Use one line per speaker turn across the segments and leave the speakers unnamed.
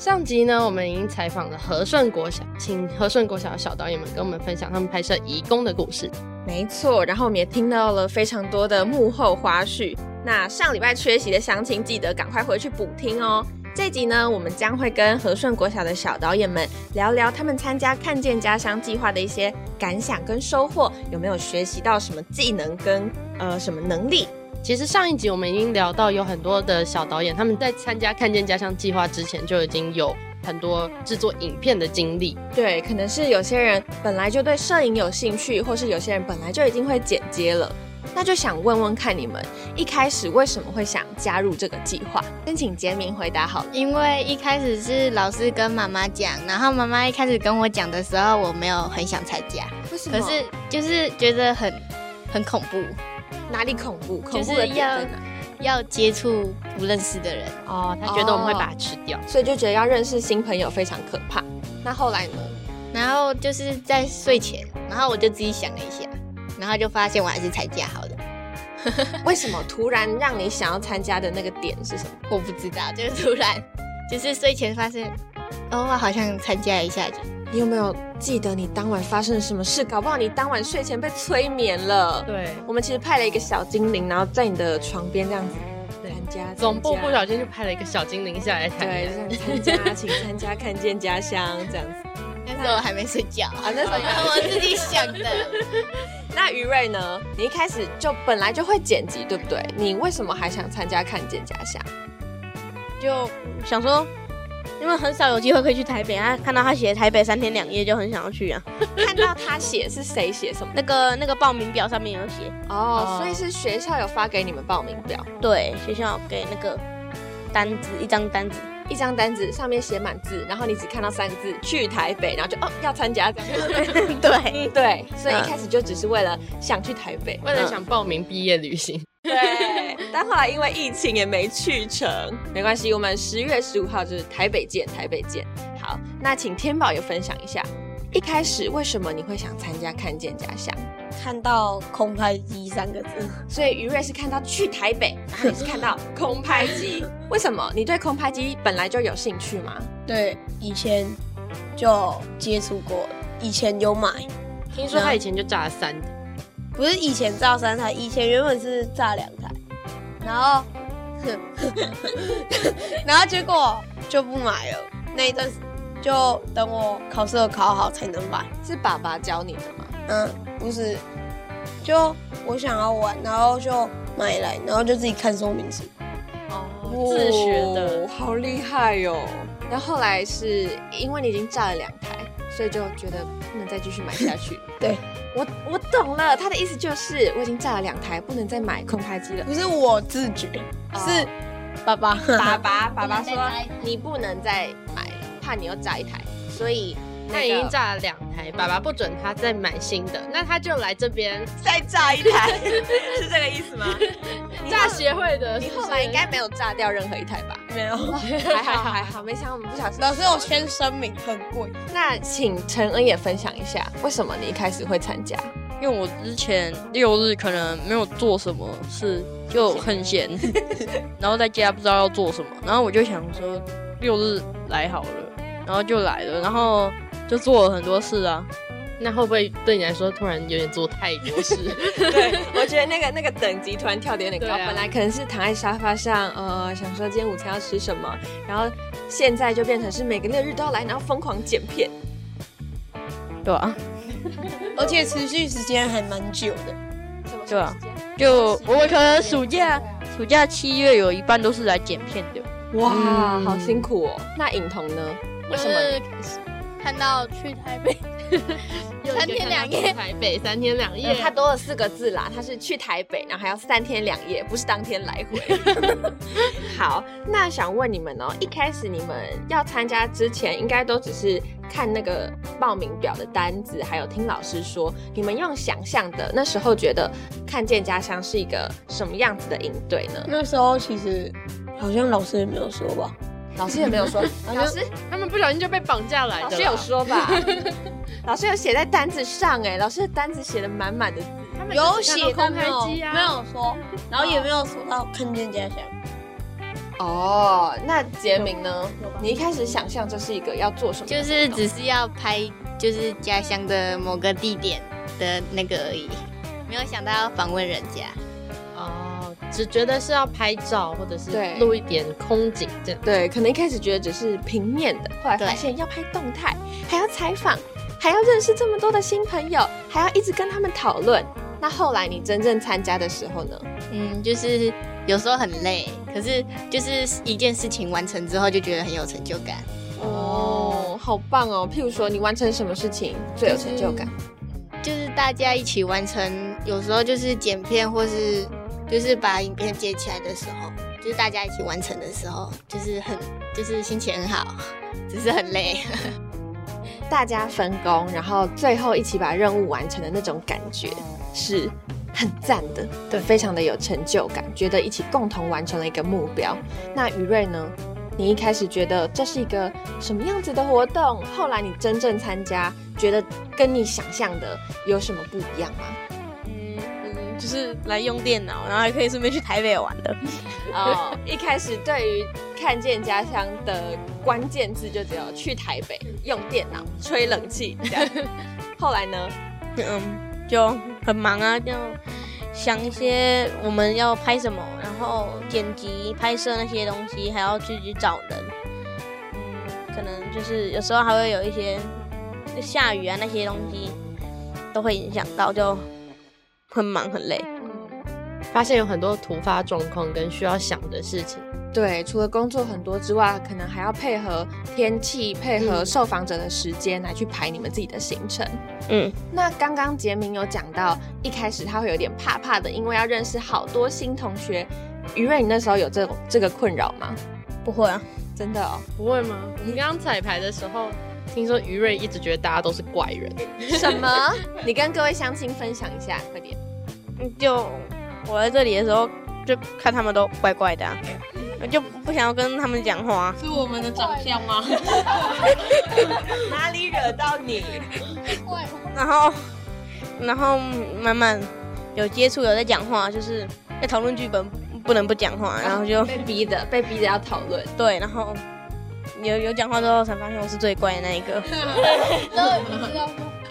上集呢，我们已经采访了和顺国小，请和顺国小的小导演们跟我们分享他们拍摄移工的故事。
没错，然后我们也听到了非常多的幕后花絮。那上礼拜缺席的乡亲，记得赶快回去补听哦。这集呢，我们将会跟和顺国小的小导演们聊聊他们参加“看见家乡”计划的一些感想跟收获，有没有学习到什么技能跟呃什么能力？
其实上一集我们已经聊到，有很多的小导演他们在参加“看见家乡”计划之前就已经有很多制作影片的经历。
对，可能是有些人本来就对摄影有兴趣，或是有些人本来就已经会剪接了。那就想问问看你们一开始为什么会想加入这个计划？先请杰明回答好了。
因为一开始是老师跟妈妈讲，然后妈妈一开始跟我讲的时候，我没有很想参加，
为什
可是就是觉得很很恐怖，
哪里恐怖？恐
就是
怖的点
要
在哪？
要接触不认识的人，
哦，他觉得我们会把它吃掉。
所以就觉得要认识新朋友非常可怕。那后来 呢？
然后就是在睡前，然后我就自己想了一下，然后就发现我还是参加好了，
为什么突然让你想要参加的那个点是什么？
我不知道，就是突然就是睡前发现，哦，我好像参加一下，
你有没有记得你当晚发生了什么事？搞不好你当晚睡前被催眠了。
对，
我们其实派了一个小精灵，然后在你的床边这样子
对
参加。
总部
参加
不小心就派了一个小精灵下来谈。
对，就像参加，请参加，看见家乡这样子
但是我还没睡觉，
啊。那时候
然后 我自己想 的。
那于瑞呢？你一开始就本来就会剪辑，对不对？你为什么还想参加看见家乡？
就想说，因为很少有机会可以去台北啊，看到他写台北三天两夜，就很想要去啊。
看到他写是谁 写什么？
那个那个报名表上面有写，
哦，
哦
所以是学校有发给你们报名表，
对，学校给那个单子一张单 子，
一张单子上面写满字，然后你只看到三个字“去台北”，然后就哦要参加这样。
对，嗯
对，所以一开始就只是为了想去台北。
为了想报名毕业旅行，
对，但后来因为疫情也没去成，没关系，我们十月十五号就是台北见，台北见。好，那请天宝也分享一下，一开始为什么你会想参加看见家乡？
看到“空拍机”三个字，
所以于瑞是看到去台北，然后你是看到空拍机，为什么？你对空拍机本来就有兴趣吗？
对，以前就接触过，以前有买，
听说他以前就炸了三台
不是以前造三台，以前原本是炸两台，然后， 然后结果就不买了，那一阵子就等我考试有考好才能买，
是爸爸教你的吗？
嗯，不是，就我想要玩，然后就买来，然后就自己看说明书，
自学的
哦好厉害哦哟、然后后来是因为你已经炸了两台，所以就觉得不能再继续买下 去。
对，
我我懂了，他的意思就是我已经炸了两台，不能再买空拍 机了。
不是我自觉，
哦
是爸爸。
爸爸，爸爸说
不能再摘
你不能再买了，怕你又炸一台，所以
他已经炸了两台，爸爸不准他再买新的，那他就来这边
再炸一台， 是这个意思吗？
炸协会的。
你
是不
后
是
来应该没有炸掉任何一台 吧？
没有，
还好还好，没想到我们不小心。
老师，我先声明很贵。
那请陈恩也分享一下，为什么你一开始会参加？
因为我之前六日可能没有做什么事，就很 闲，然后在家不知道要做什么，然后我就想说六日来好了，然后就来了，然后就做了很多事啊。
那会不会对你来说突然有点做太多事？
对，我觉得那个那个等级突然跳得有点高。
对啊
本来可能是躺在沙发上，呃，想说今天午餐要吃什么，然后现在就变成是每个六日都要来，然后疯狂剪片。
对啊，
而且持续时间还蛮久的。
对啊，就我可能暑假暑假七月有一半都是来剪片的，
哇，
嗯
好辛苦哦。那影童呢？为什么
就是
你？
看到去台北三天两夜
又一个看到台北三天两夜
嗯
呃，它多了四个字啦，它是去台北，然后还要三天两夜，不是当天来回。 好，那想问你们哦，一开始你们要参加之前，应该都只是看那个报名表的单子，还有听老师说，你们用想象的那时候觉得看见家乡是一个什么样子的营队呢？
那时候其实好像老师也没有说吧，
老师也没有说，老师
他们不小心就被绑架来的
老
哦
啦。
师有说吧？ 老师有写在单子上哎、老师的单子写的满满的字，
他们
有
就是看
写
到
但
空
没
拍
有
机啊，
没有说，然后也没有说到看见家乡。
哦，那杰明呢？你一开始想象这是一个要做什么的活
就
动？
是只是要拍就是家乡的某个地点的那个而已，没有想到要访问人家。
哦，只觉得是要拍照或者是
对
录一点空景这样。
对，可能一开始觉得只是平面的，后来发
对
现要拍动态，还要采访，还要认识这么多的新朋友，还要一直跟他们讨论。那后来你真正参加的时候呢？
嗯，就是有时候很累，可是就是一件事情完成之后就觉得很有成就感。
哦，好棒哦！譬如说，你完成什么事情最有成就感？
就是大家一起完成，有时候就是剪片或是就是把影片接起来的时候，就是大家一起完成的时候，就是很就是心情很好，只是很累。
大家分工，然后最后一起把任务完成的那种感觉是很赞的，对，非常的有成就感，觉得一起共同完成了一个目标。那于瑞呢？你一开始觉得这是一个什么样子的活动？后来你真正参加，觉得跟你想象的有什么不一样吗？
嗯嗯，就是来用电脑，然后还可以顺便去台北玩的。
哦， 一开始对于看见家乡的关键字就只有去台北、用电脑、吹冷气这样。 后来呢？
嗯，就很忙啊，就想一些我们要拍什么，然后剪辑、拍摄那些东西，还要自己找人。嗯，可能就是有时候还会有一些就下雨啊那些东西都会影响到，就很忙很累。
发现有很多突发状况跟需要想的事情。
对，除了工作很多之外，可能还要配合天气、配合受访者的时间来去排你们自己的行程。
嗯，
那刚刚杰明有讲到，一开始他会有点怕怕的，因为要认识好多新同学。于瑞，你那时候有这种这个困扰吗？
不会啊，嗯
真的哦，
不会吗？我们刚刚彩排的时候，听说于瑞一直觉得大家都是怪人，
什么？你跟各位乡亲分享一下，快点。
嗯就我在这里的时候，就看他们都怪怪的、啊，我就不想要跟他们讲话、啊
是我们的长相吗？
哪里惹到你？
然后，然后慢慢有接触，有在讲话，就是在讨论剧本，不能不讲
啊
话。然后就
被逼的，被逼的要讨论。
对，然后有有讲话之后才发现我是最乖的那一个。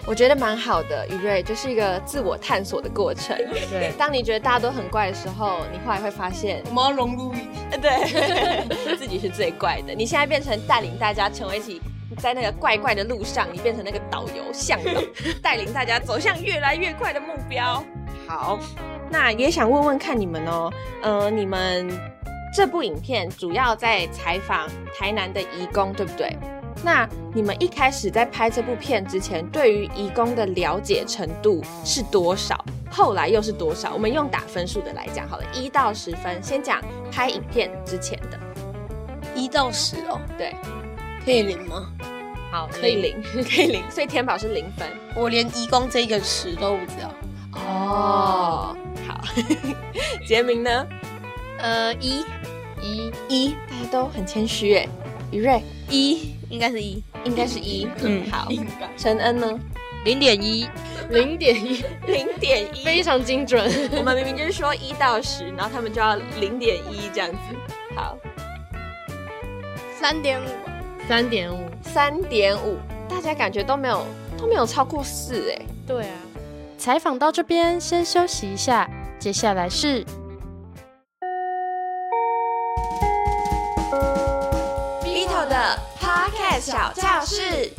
我觉得蛮好的，于瑞，就是一个自我探索的过程。
对，
当你觉得大家都很怪的时候，你后来会发现
我们要融入
对， 自己是最怪的。你现在变成带领大家成为起在那个怪怪的路上，你变成那个导游向导，带领大家走向越来越快的目标。好，那也想问问看你们哦，呃，你们这部影片主要在采访台南的移工，对不对？那你们一开始在拍这部片之前，对于移工的了解程度是多少？后来又是多少？我们用打分数的来讲好了，一到十分。先讲拍影片之前的，
一到十哦，
对，
可以零吗？
好，可以零， 可以零，所以天宝是零分。
我连义工这个词都不知道。
哦，好， 杰明呢？
呃，一
一
一，大家都很谦虚哎。于瑞
一应该是一，
应该是一，嗯，
嗯
好。陈恩呢？
零点一，
零点一，
零点一，
非常精准。
我们明明就是说一到十，然后他们就要零点一这样子。好，
三点五，
三点五，
三点五，大家感觉都没有都没有超过四哎。
对啊。采访到这边先休息一下，接下来是
Vito 的 Podcast 小教室。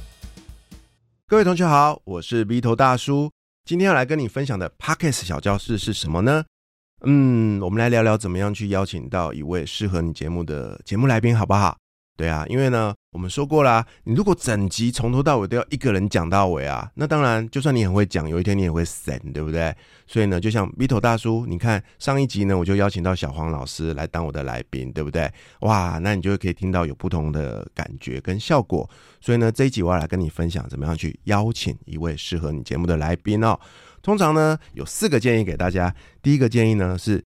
各位同学好，我是 B 头大叔，今天要来跟你分享的 Podcast 小教室是什么呢？嗯，我们来聊聊怎么样去邀请到一位适合你节目的节目来宾，好不好？对啊，因为呢，我们说过啦，你如果整集从头到尾都要一个人讲到尾啊，那当然，就算你很会讲，有一天你也会散，对不对？所以呢，就像 Vito 大叔，你看上一集呢，我就邀请到小黄老师来当我的来宾，对不对？哇，那你就可以听到有不同的感觉跟效果。所以呢，这一集我要来跟你分享怎么样去邀请一位适合你节目的来宾哦。通常呢，有四个建议给大家。第一个建议呢是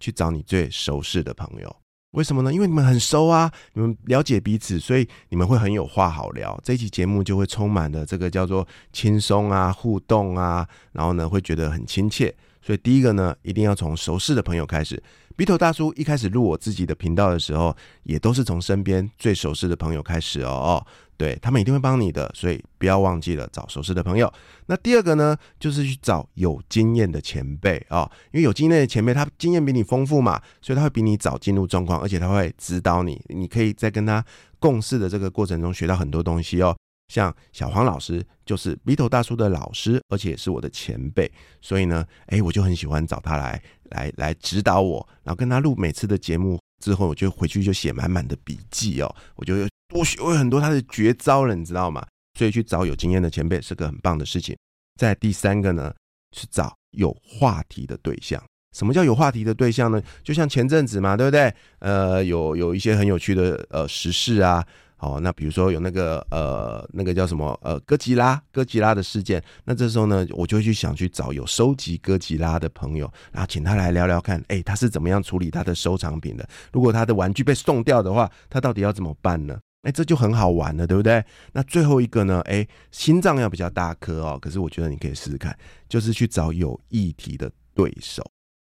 去找你最熟识的朋友。为什么呢？因为你们很熟啊，你们了解彼此，所以你们会很有话好聊。这一期节目就会充满了这个叫做轻松啊、互动啊，然后呢会觉得很亲切。所以第一个呢，一定要从熟识的朋友开始。鼻头大叔一开始录我自己的频道的时候，也都是从身边最熟识的朋友开始哦哦，对他们一定会帮你的，所以不要忘记了找熟识的朋友。那第二个呢，就是去找有经验的前辈哦，因为有经验的前辈他经验比你丰富嘛，所以他会比你早进入状况，而且他会指导你，你可以在跟他共事的这个过程中学到很多东西哦。像小黄老师就是鼻头大叔的老师，而且也是我的前辈，所以呢，哎，我就很喜欢找他来来来指导我，然后跟他录每次的节目之后，我就回去就写满满的笔记哦，我就多学会很多他的绝招了，你知道吗？所以去找有经验的前辈是个很棒的事情。在第三个呢，是找有话题的对象。什么叫有话题的对象呢？就像前阵子嘛，对不对？呃，有有一些很有趣的呃时事啊，哦，那比如说有那个呃那个叫什么呃哥吉拉哥吉拉的事件，那这时候呢，我就会去想去找有收集哥吉拉的朋友，然后请他来聊聊看，哎，他是怎么样处理他的收藏品的？如果他的玩具被送掉的话，他到底要怎么办呢？哎，这就很好玩了，对不对？那最后一个呢？哎，心脏要比较大颗哦，可是我觉得你可以试试看，就是去找有议题的对手。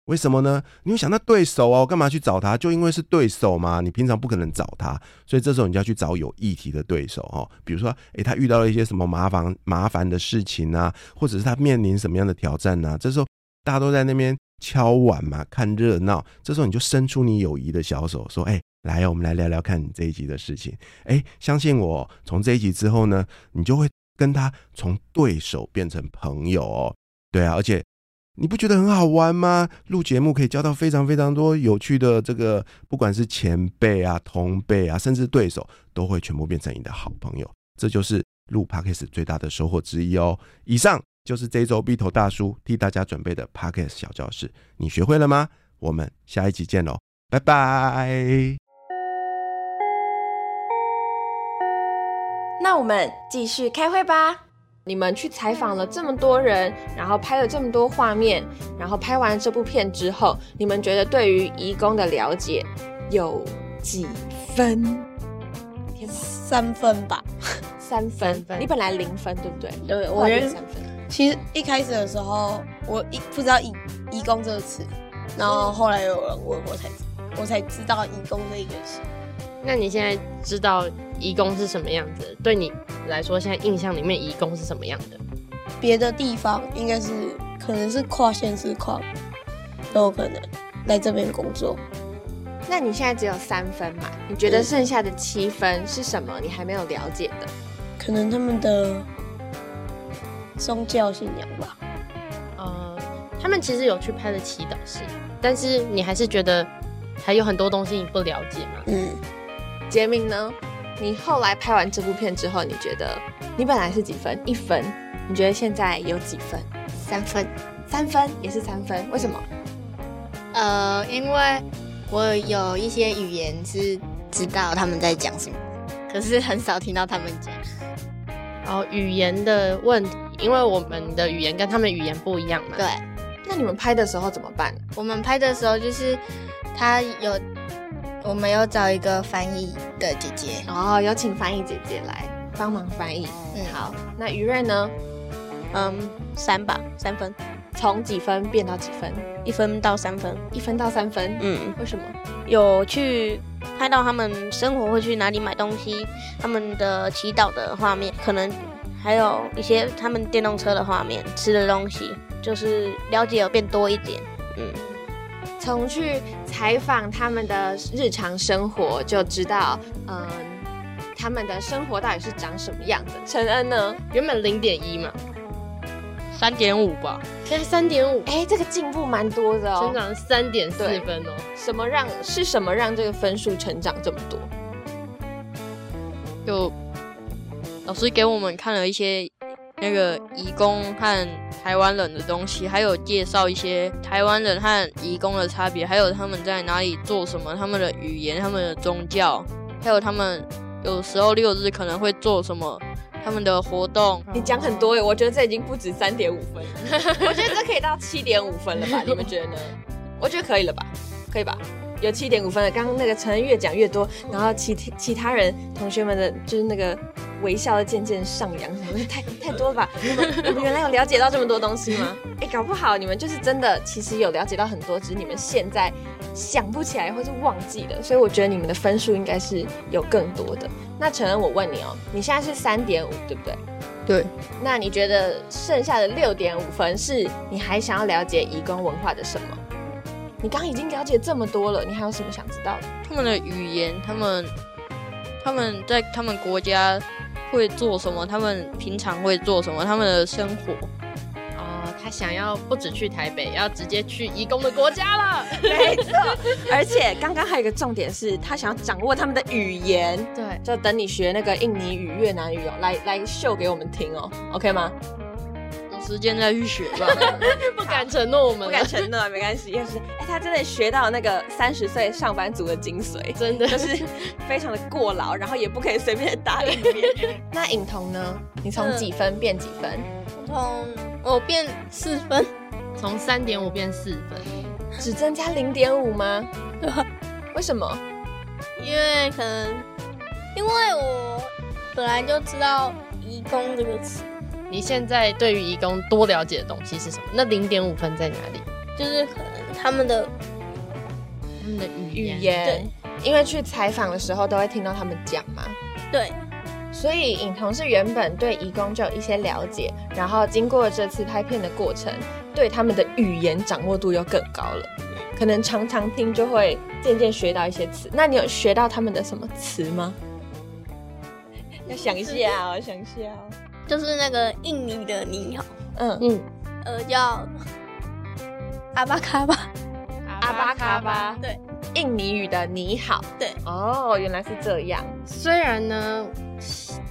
为什么呢？你会想到对手啊，我干嘛去找他？就因为是对手嘛，你平常不可能找他，所以这时候你就要去找有议题的对手哦。比如说，诶、他遇到了一些什么麻烦麻烦的事情啊，或者是他面临什么样的挑战啊，这时候大家都在那边敲碗嘛，看热闹。这时候你就伸出你友谊的小手，说：“哎、来哦，我们来聊聊看你这一集的事情。”哎，相信我，从这一集之后呢，你就会跟他从对手变成朋友哦。对啊，而且你不觉得很好玩吗？录节目可以交到非常非常多有趣的这个，不管是前辈啊、同辈啊，甚至对手，都会全部变成你的好朋友。这就是录 podcast 最大的收获之一哦。以上就是这一周 B 头大叔替大家准备的 podcast 小教室，你学会了吗？我们下一集见喽，拜拜。
那我们继续开会吧。你们去采访了这么多人，然后拍了这么多画面，然后拍完这部片之后，你们觉得对于移工的了解有几分？天哪，
三分吧。
三分。
三分
你本来零分，对不对？
对，
后
我
来
觉
变
得
三分。
其实一开始的时候，我一不知道“义义工”这个词，然后后来有人问我才知我才知道“义工”这一个词。
那你现在知道义工是什么样子？对你来说，现在印象里面义工是什么样的？
别的地方应该是可能是跨县市跨，都有可能来这边工作。
那你现在只有三分嘛？你觉得剩下的七分是什么？你还没有了解的？
可能他们的宗教信仰吧。
呃，他们其实有去拍了祈祷戏，但是你还是觉得还有很多东西你不了解嘛？
嗯，
杰明呢？你后来拍完这部片之后，你觉得你本来是几分？一分。你觉得现在有几分？
三分。
三分也是三分，为什么？
呃，因为我有一些语言是知道他们在讲什么，可是很少听到他们讲。
然后语言的问题，因为我们的语言跟他们语言不一样嘛。
对，
那你们拍的时候怎么办？
我们拍的时候就是他有，我们有找一个翻译的姐姐，
哦，有请翻译姐姐来帮忙翻译。
嗯
好，那于瑞呢？
嗯，三吧，三分，
从几分变到几分？
一分到三分。
一分到三分？
嗯，
为什么？
有去拍到他们生活会去哪里买东西，他们的祈祷的画面，可能还有一些他们电动车的画面，吃的东西，就是了解有变多一点。
从去采访他们的日常生活就知道，嗯，他们的生活到底是长什么样的？陈恩呢？
原本零点一嘛，
三点五吧，
现在三点五，
哎，这个进步蛮多的哦
增。长三点四
对
分哦。
什么让是什么让这个分数成长这么多？
就老师给我们看了一些那个移工和台湾人的东西，还有介绍一些台湾人和移工的差别，还有他们在哪里做什么，他们的语言、他们的宗教，还有他们有时候六日可能会做什么，他们的活动。
嗯
你讲很多耶，我觉得这已经不止三点五分了，我觉得这可以到七点五分了吧？你们觉得呢？我觉得可以了吧？可以吧？有七点五分了。刚刚那个陈恩越讲越多，然后其他其他人同学们的，就是那个微笑渐渐上扬，想说太 太多了吧？你们你们原来有了解到这么多东西吗？哎、搞不好你们就是真的，其实有了解到很多，只是你们现在想不起来或是忘记了。所以我觉得你们的分数应该是有更多的。那陈恩，我问你哦，你现在是三点五，对不对？
对。
那你觉得剩下的六点五分是你还想要了解移工文化的什么？你刚刚已经了解这么多了，你还有什么想知道的？
他们的语言，他们他们在他们国家会做什么，他们平常会做什么，他们的生活。
哦，他想要不止去台北，要直接去移工的国家了。
没错，而且刚刚还有一个重点是，他想要掌握他们的语言，
对，
就等你学那个印尼语、越南语哦，来来秀给我们听哦，OK 吗？
有时间再去学吧。
不敢承诺我们啊了，
不敢承诺，没关系。但是，哎、他真的学到那个三十岁上班族的精髓，
真的
就是非常的过劳，然后也不可以随便搭理别人。那影童呢？你从几分变几分？
从我哦变四分，
从三点五变四分。
只增加零点五吗？为什么？
因为可能因为我本来就知道“移工”这个词，
你现在对于移工多了解的东西是什么？那零点五分在哪里？
就是可能他们的
他们的语
语
言。
言，因为去采访的时候都会听到他们讲嘛。
对
所以影童是原本对移工就有一些了解，然后经过这次拍片的过程，对他们的语言掌握度又更高了。可能常常听就会渐渐学到一些词。那你有学到他们的什么词吗？要想一下哦，想一下哦。
就是那个印尼的你好，
嗯，
嗯，
呃，叫阿巴卡巴，
阿巴卡巴，
对，
印尼语的你好，
对，
哦，原来是这样。
虽然呢，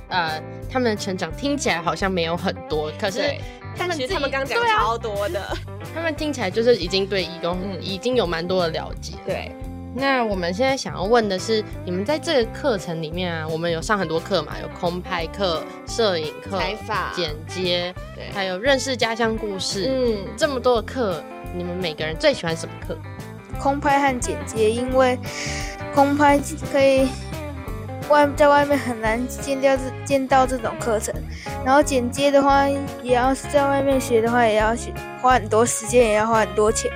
呃，他们的成长听起来好像没有很多，可是
对但
们
其
自
实
己
他们刚讲
对啊
超多的，
他们听起来就是已经对义工、
嗯
已经有蛮多的了解。
对，
那我们现在想要问的是，你们在这个课程里面啊，我们有上很多课嘛，有空拍课、摄影课、
采访
剪接，
对
还有认识家乡故事，
嗯，
这么多的课，你们每个人最喜欢什么课？
空拍和剪接，因为空拍可以外在外面很难见到这见到这种课程，然后剪接的话，也要是在外面学的话，也要学花很多时间，也要花很多钱。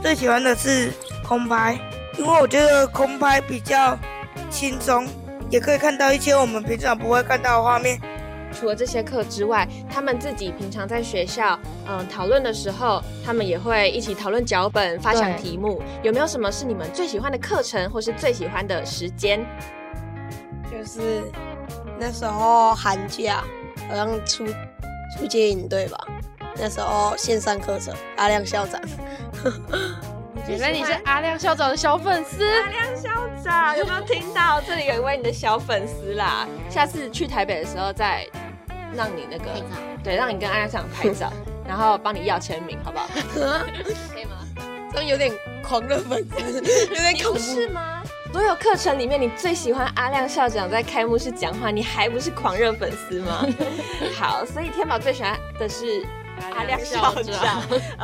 最喜欢的是空拍，因为我觉得空拍比较轻松，也可以看到一些我们平常不会看到的画面。
除了这些课之外，他们自己平常在学校，嗯，讨论的时候，他们也会一起讨论脚本、发想题目。有没有什么是你们最喜欢的课程，或是最喜欢的时间？
就是那时候寒假，好像出出街营队吧，那时候线上课程，阿亮校长，
原来你是阿亮校长的小粉丝，
校长有没有听到？ 这里有一位你的小粉丝啦，下次去台北的时候再让你那个，对，让你跟安校长拍照，然后帮你要签名，好不好？
这样有点狂热粉 丝，有点
不
恐怖。
是吗？所有课程里面，你最喜欢阿亮校长在开幕式讲话，你还不是狂热粉丝 吗？好，所以天宝最喜欢的是阿亮校长。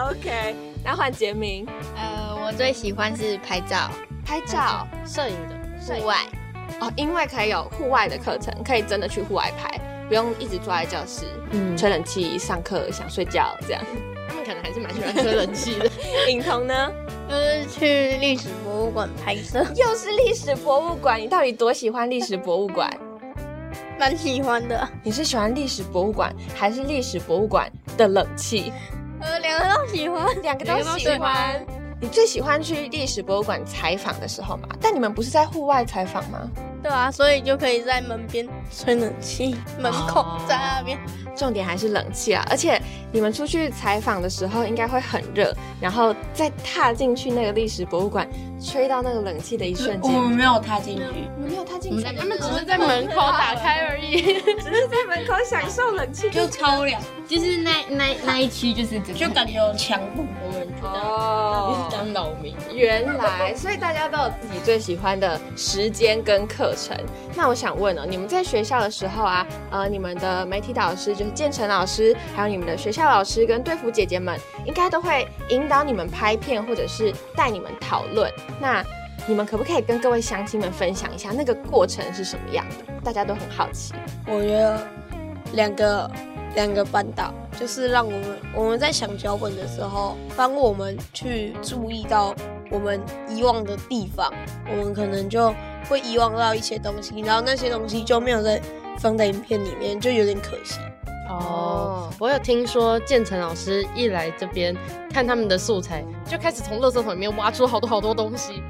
OK，那 换杰明
呃，我最喜欢是拍照，
拍照
摄影的，
户外，
哦，因为可以有户外的课程，可以真的去户外拍，不用一直坐在教室
嗯，
吹冷气、上课、想睡觉这样。
他们可能还是蛮喜欢吹冷气的。
影童呢，
就是去历史博物馆拍摄，
又是历史博物馆，你到底多喜欢历史博物馆？
蛮喜欢的，
你是喜欢历史博物馆，还是历史博物馆的冷气？
呃，两个都喜欢，
两个都喜欢。你最喜欢去历史博物馆采访的时候嘛？但你们不是在户外采访吗？
对啊，所以就可以在门边吹冷气，门口
哦
在那边，
重点还是冷气啊！而且你们出去采访的时候应该会很热，然后再踏进去那个历史博物馆，吹到那个冷气的一瞬
我
间，
嗯
们没有踏进去，
你们没有踏进
我
去，
们在
他们只是在门口打开而已。
只是在门口享受冷气，
就超凉，
就是那那那一区就是整个
就感觉有强风。
哦，当扰民。原来，所以大家都有自己最喜欢的时间跟课程。那我想问哦，你们在学校的时候啊，呃，你们的媒体导师就是建成老师，还有你们的学校老师跟队服姐姐们，应该都会引导你们拍片，或者是带你们讨论。那你们可不可以跟各位乡亲们分享一下那个过程是什么样的？大家都很好奇。
我觉得两个两个班导就是让我们我们在想脚本的时候，帮我们去注意到我们遗忘的地方，我们可能就会遗忘到一些东西，然后那些东西就没有在放在影片里面，就有点可惜。
哦，我有听说建成老师一来这边看他们的素材，就开始从垃圾桶里面挖出好多好多东西。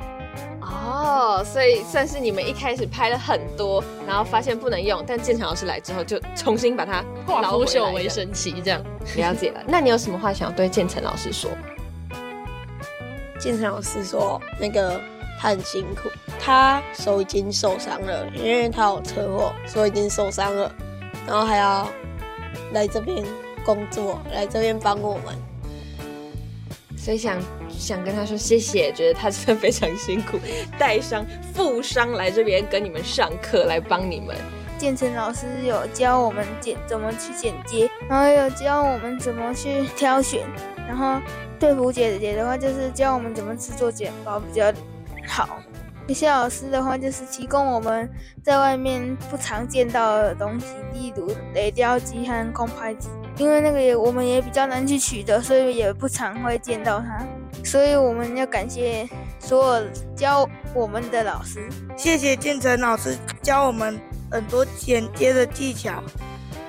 哦，所以算是你们一开始拍了很多，然后发现不能用，但建强老师来之后就重新把它
化
捞
腐
回来
朽为
这样。
神奇，这样。
了解了，那你有什么话想要对建成老师说？
建成老师说，那个他很辛苦，他手已经受伤了，因为他有车祸，手已经受伤了，然后还要来这边工作，来这边帮我们。
所以想想跟他说谢谢，觉得他真的非常辛苦，带伤负伤来这边跟你们上课，来帮你们。
建成老师有教我们剪怎么去剪接，然后有教我们怎么去挑选，然后对胡姐姐的话就是教我们怎么制作剪报比较好。学校老师的话就是提供我们在外面不常见到的东西，例如雷雕机和空拍机，因为那个也我们也比较难去取得，所以也不常会见到它。所以我们要感谢所有教我们的老师。
谢谢建成老师教我们很多剪接的技巧，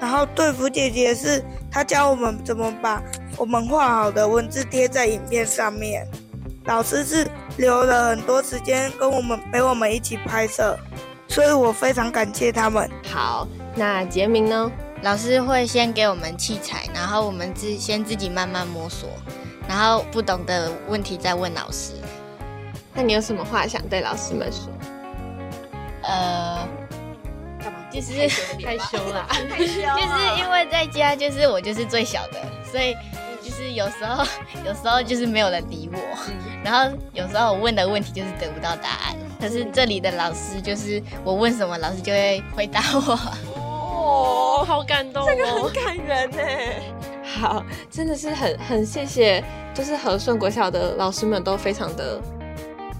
然后对付姐姐是她教我们怎么把我们画好的文字贴在影片上面。老师是留了很多时间跟我们陪我们一起拍摄，所以我非常感谢他们。
好，那杰明呢？
老师会先给我们器材，然后我们自先自己慢慢摸索，然后不懂的问题再问老师。
那你有什么话想对老师们说？
呃，干嘛？就是
害羞啦，
就是因为在家，就是我就是最小的，所以就是有时候有时候就是没有人理我，然后有时候我问的问题就是得不到答案。可是这里的老师就是我问什么，老师就会回答我。
哦，好感动哦！
感人呢。好，真的是很很谢谢，就是和顺国小的老师们都非常的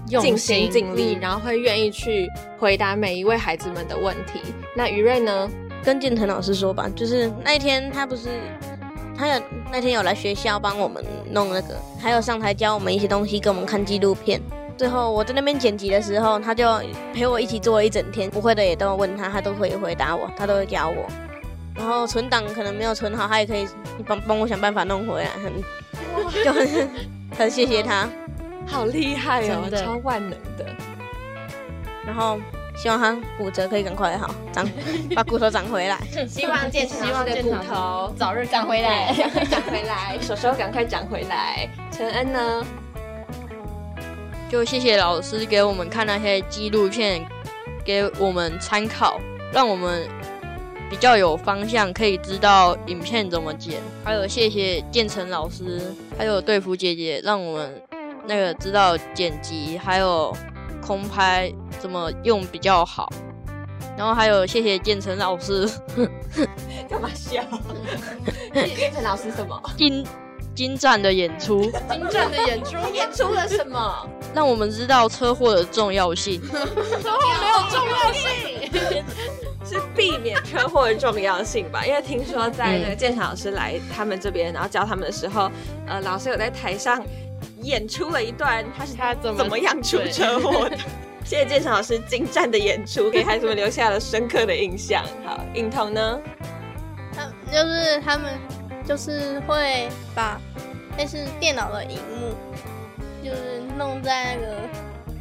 尽心嗯尽力，然后会愿意去回答每一位孩子们的问题。那于瑞呢？
跟建腾老师说吧，就是那一天他不是，他有那天有来学校帮我们弄那个，还有上台教我们一些东西，给我们看纪录片。最后我在那边剪辑的时候，他就陪我一起做了一整天，不会的也都问他，他都可以回答我，他都会教我。然后存档可能没有存好，他也可以帮帮我想办法弄回来，很 就很很谢谢他。
好厉害哦，
真的
超万能的。
然后希望他骨折可以赶快好，长把骨头长回来。
希望健希望的骨头
早日长回来。
赶快长回来，手手赶快长回来。陈恩呢？
就谢谢老师给我们看那些纪录片，给我们参考，让我们比较有方向，可以知道影片怎么剪。还有谢谢建成老师，还有队服姐姐，让我们那个知道剪辑还有空拍怎么用比较好。然后还有谢谢建成老 师
干嘛 笑？叶晨老师什么？
精精湛的演出，
精湛的演出，
他演出了什么？
让我们知道车祸的重要性。
是避免车祸的重要性吧？因为听说在那个建强老师来他们这边，然后教他们的时候，呃，老师有在台上演出了一段他是
他怎么
怎么样出车祸 的。谢谢建强老师精湛的演出，给孩子们留下了深刻的印象。好，影童呢？
就是他们就是会把类似电脑的荧幕，就是弄在那个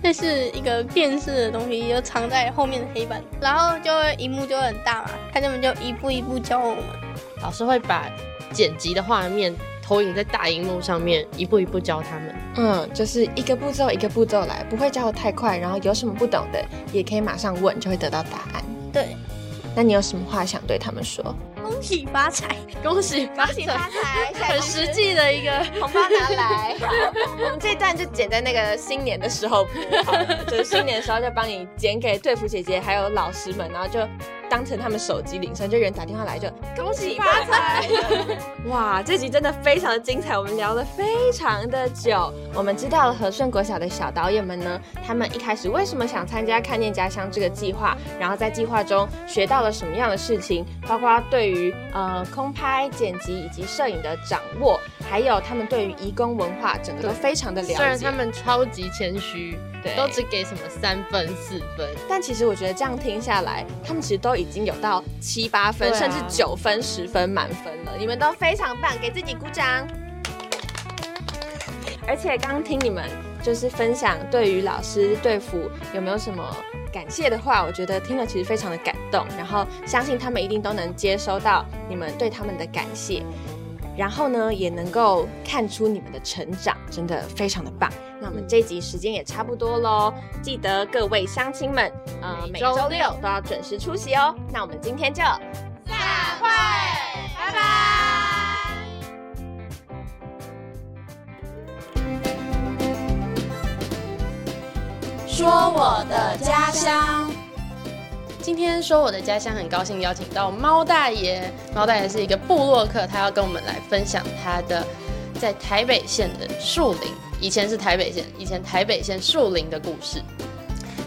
类似一个电视的东西，就藏在后面的黑板，然后就会荧幕就会很大嘛，看他们就一步一步教我们。
老师会把剪辑的画面投影在大荧幕上面，一步一步教他们。
嗯，就是一个步骤一个步骤来，不会教的太快，然后有什么不懂的也可以马上问，就会得到答案。
对，
那你有什么话想对他们 说？
恭喜发财，
恭喜发财，
财，
很实际的一个。
红包拿来。
我们这一段就剪在那个新年的 时候播好了，就是新年的时候就帮你剪给队服姐姐还有老师们，然后就当成他们手机铃声，就有人打电话来就恭喜发财。哇，这集真的非常的精彩，我们聊了非常的久，我们知道了和顺国小的小导演们呢，他们一开始为什么想参加看见家乡这个计划，然后在计划中学到了什么样的事情，包括对于呃空拍、剪辑以及摄影的掌握，还有他们对于移工文化整个都非常的了解。
虽然他们超级谦虚，
对
都只给什么三分、四分，
但其实我觉得这样听下来，他们其实都已经有到七八分，
对啊
甚至九分、十分满分了。你们都非常棒，给自己鼓掌。而且刚听你们就是分享对于老师对辅有没有什么感谢的话，我觉得听了其实非常的感动，然后相信他们一定都能接收到你们对他们的感谢。然后呢，也能够看出你们的成长，真的非常的棒。那我们这一集时间也差不多喽，记得各位乡亲们，呃，每
每
周
周六
六都要准时出席哦。那我们今天就
大会，拜拜。说我的家乡。
今天说我的家乡，很高兴邀请到猫大爷。猫大爷是一个部落客，他要跟我们来分享他的在台北县的树林，以前是台北县，以前台北县树林的故事。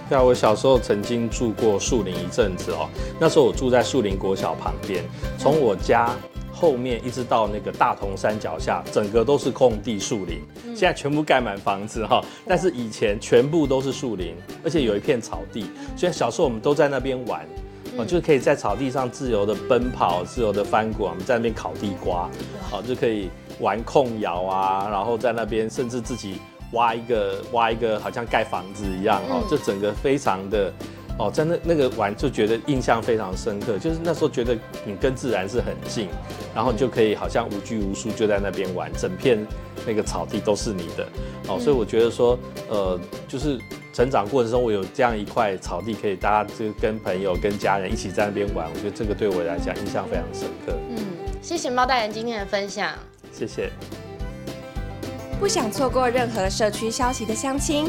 对啊，我小时候曾经住过树林一阵子哦。那时候我住在树林国小旁边，从我家后面一直到那个大同山脚下，整个都是空地树林。现在全部盖满房子哈、但是以前全部都是树林，而且有一片草地，所以小时候我们都在那边玩。哦，就是可以在草地上自由的奔跑，自由的翻滚。我们在那边烤地瓜，哦，就可以玩控窑啊，然后在那边甚至自己挖一个挖一个，好像盖房子一样哦，就整个非常的。哦，在那那个玩就觉得印象非常深刻，就是那时候觉得你跟自然是很近，然后就可以好像无拘无束就在那边玩，整片那个草地都是你的哦，所以我觉得说，呃，就是成长过程中我有这样一块草地，可以大家就跟朋友、跟家人一起在那边玩，我觉得这个对我来讲印象非常深刻，
嗯，谢谢猫大爷今天的分享。
谢谢。
不想错过任何社区消息的乡亲，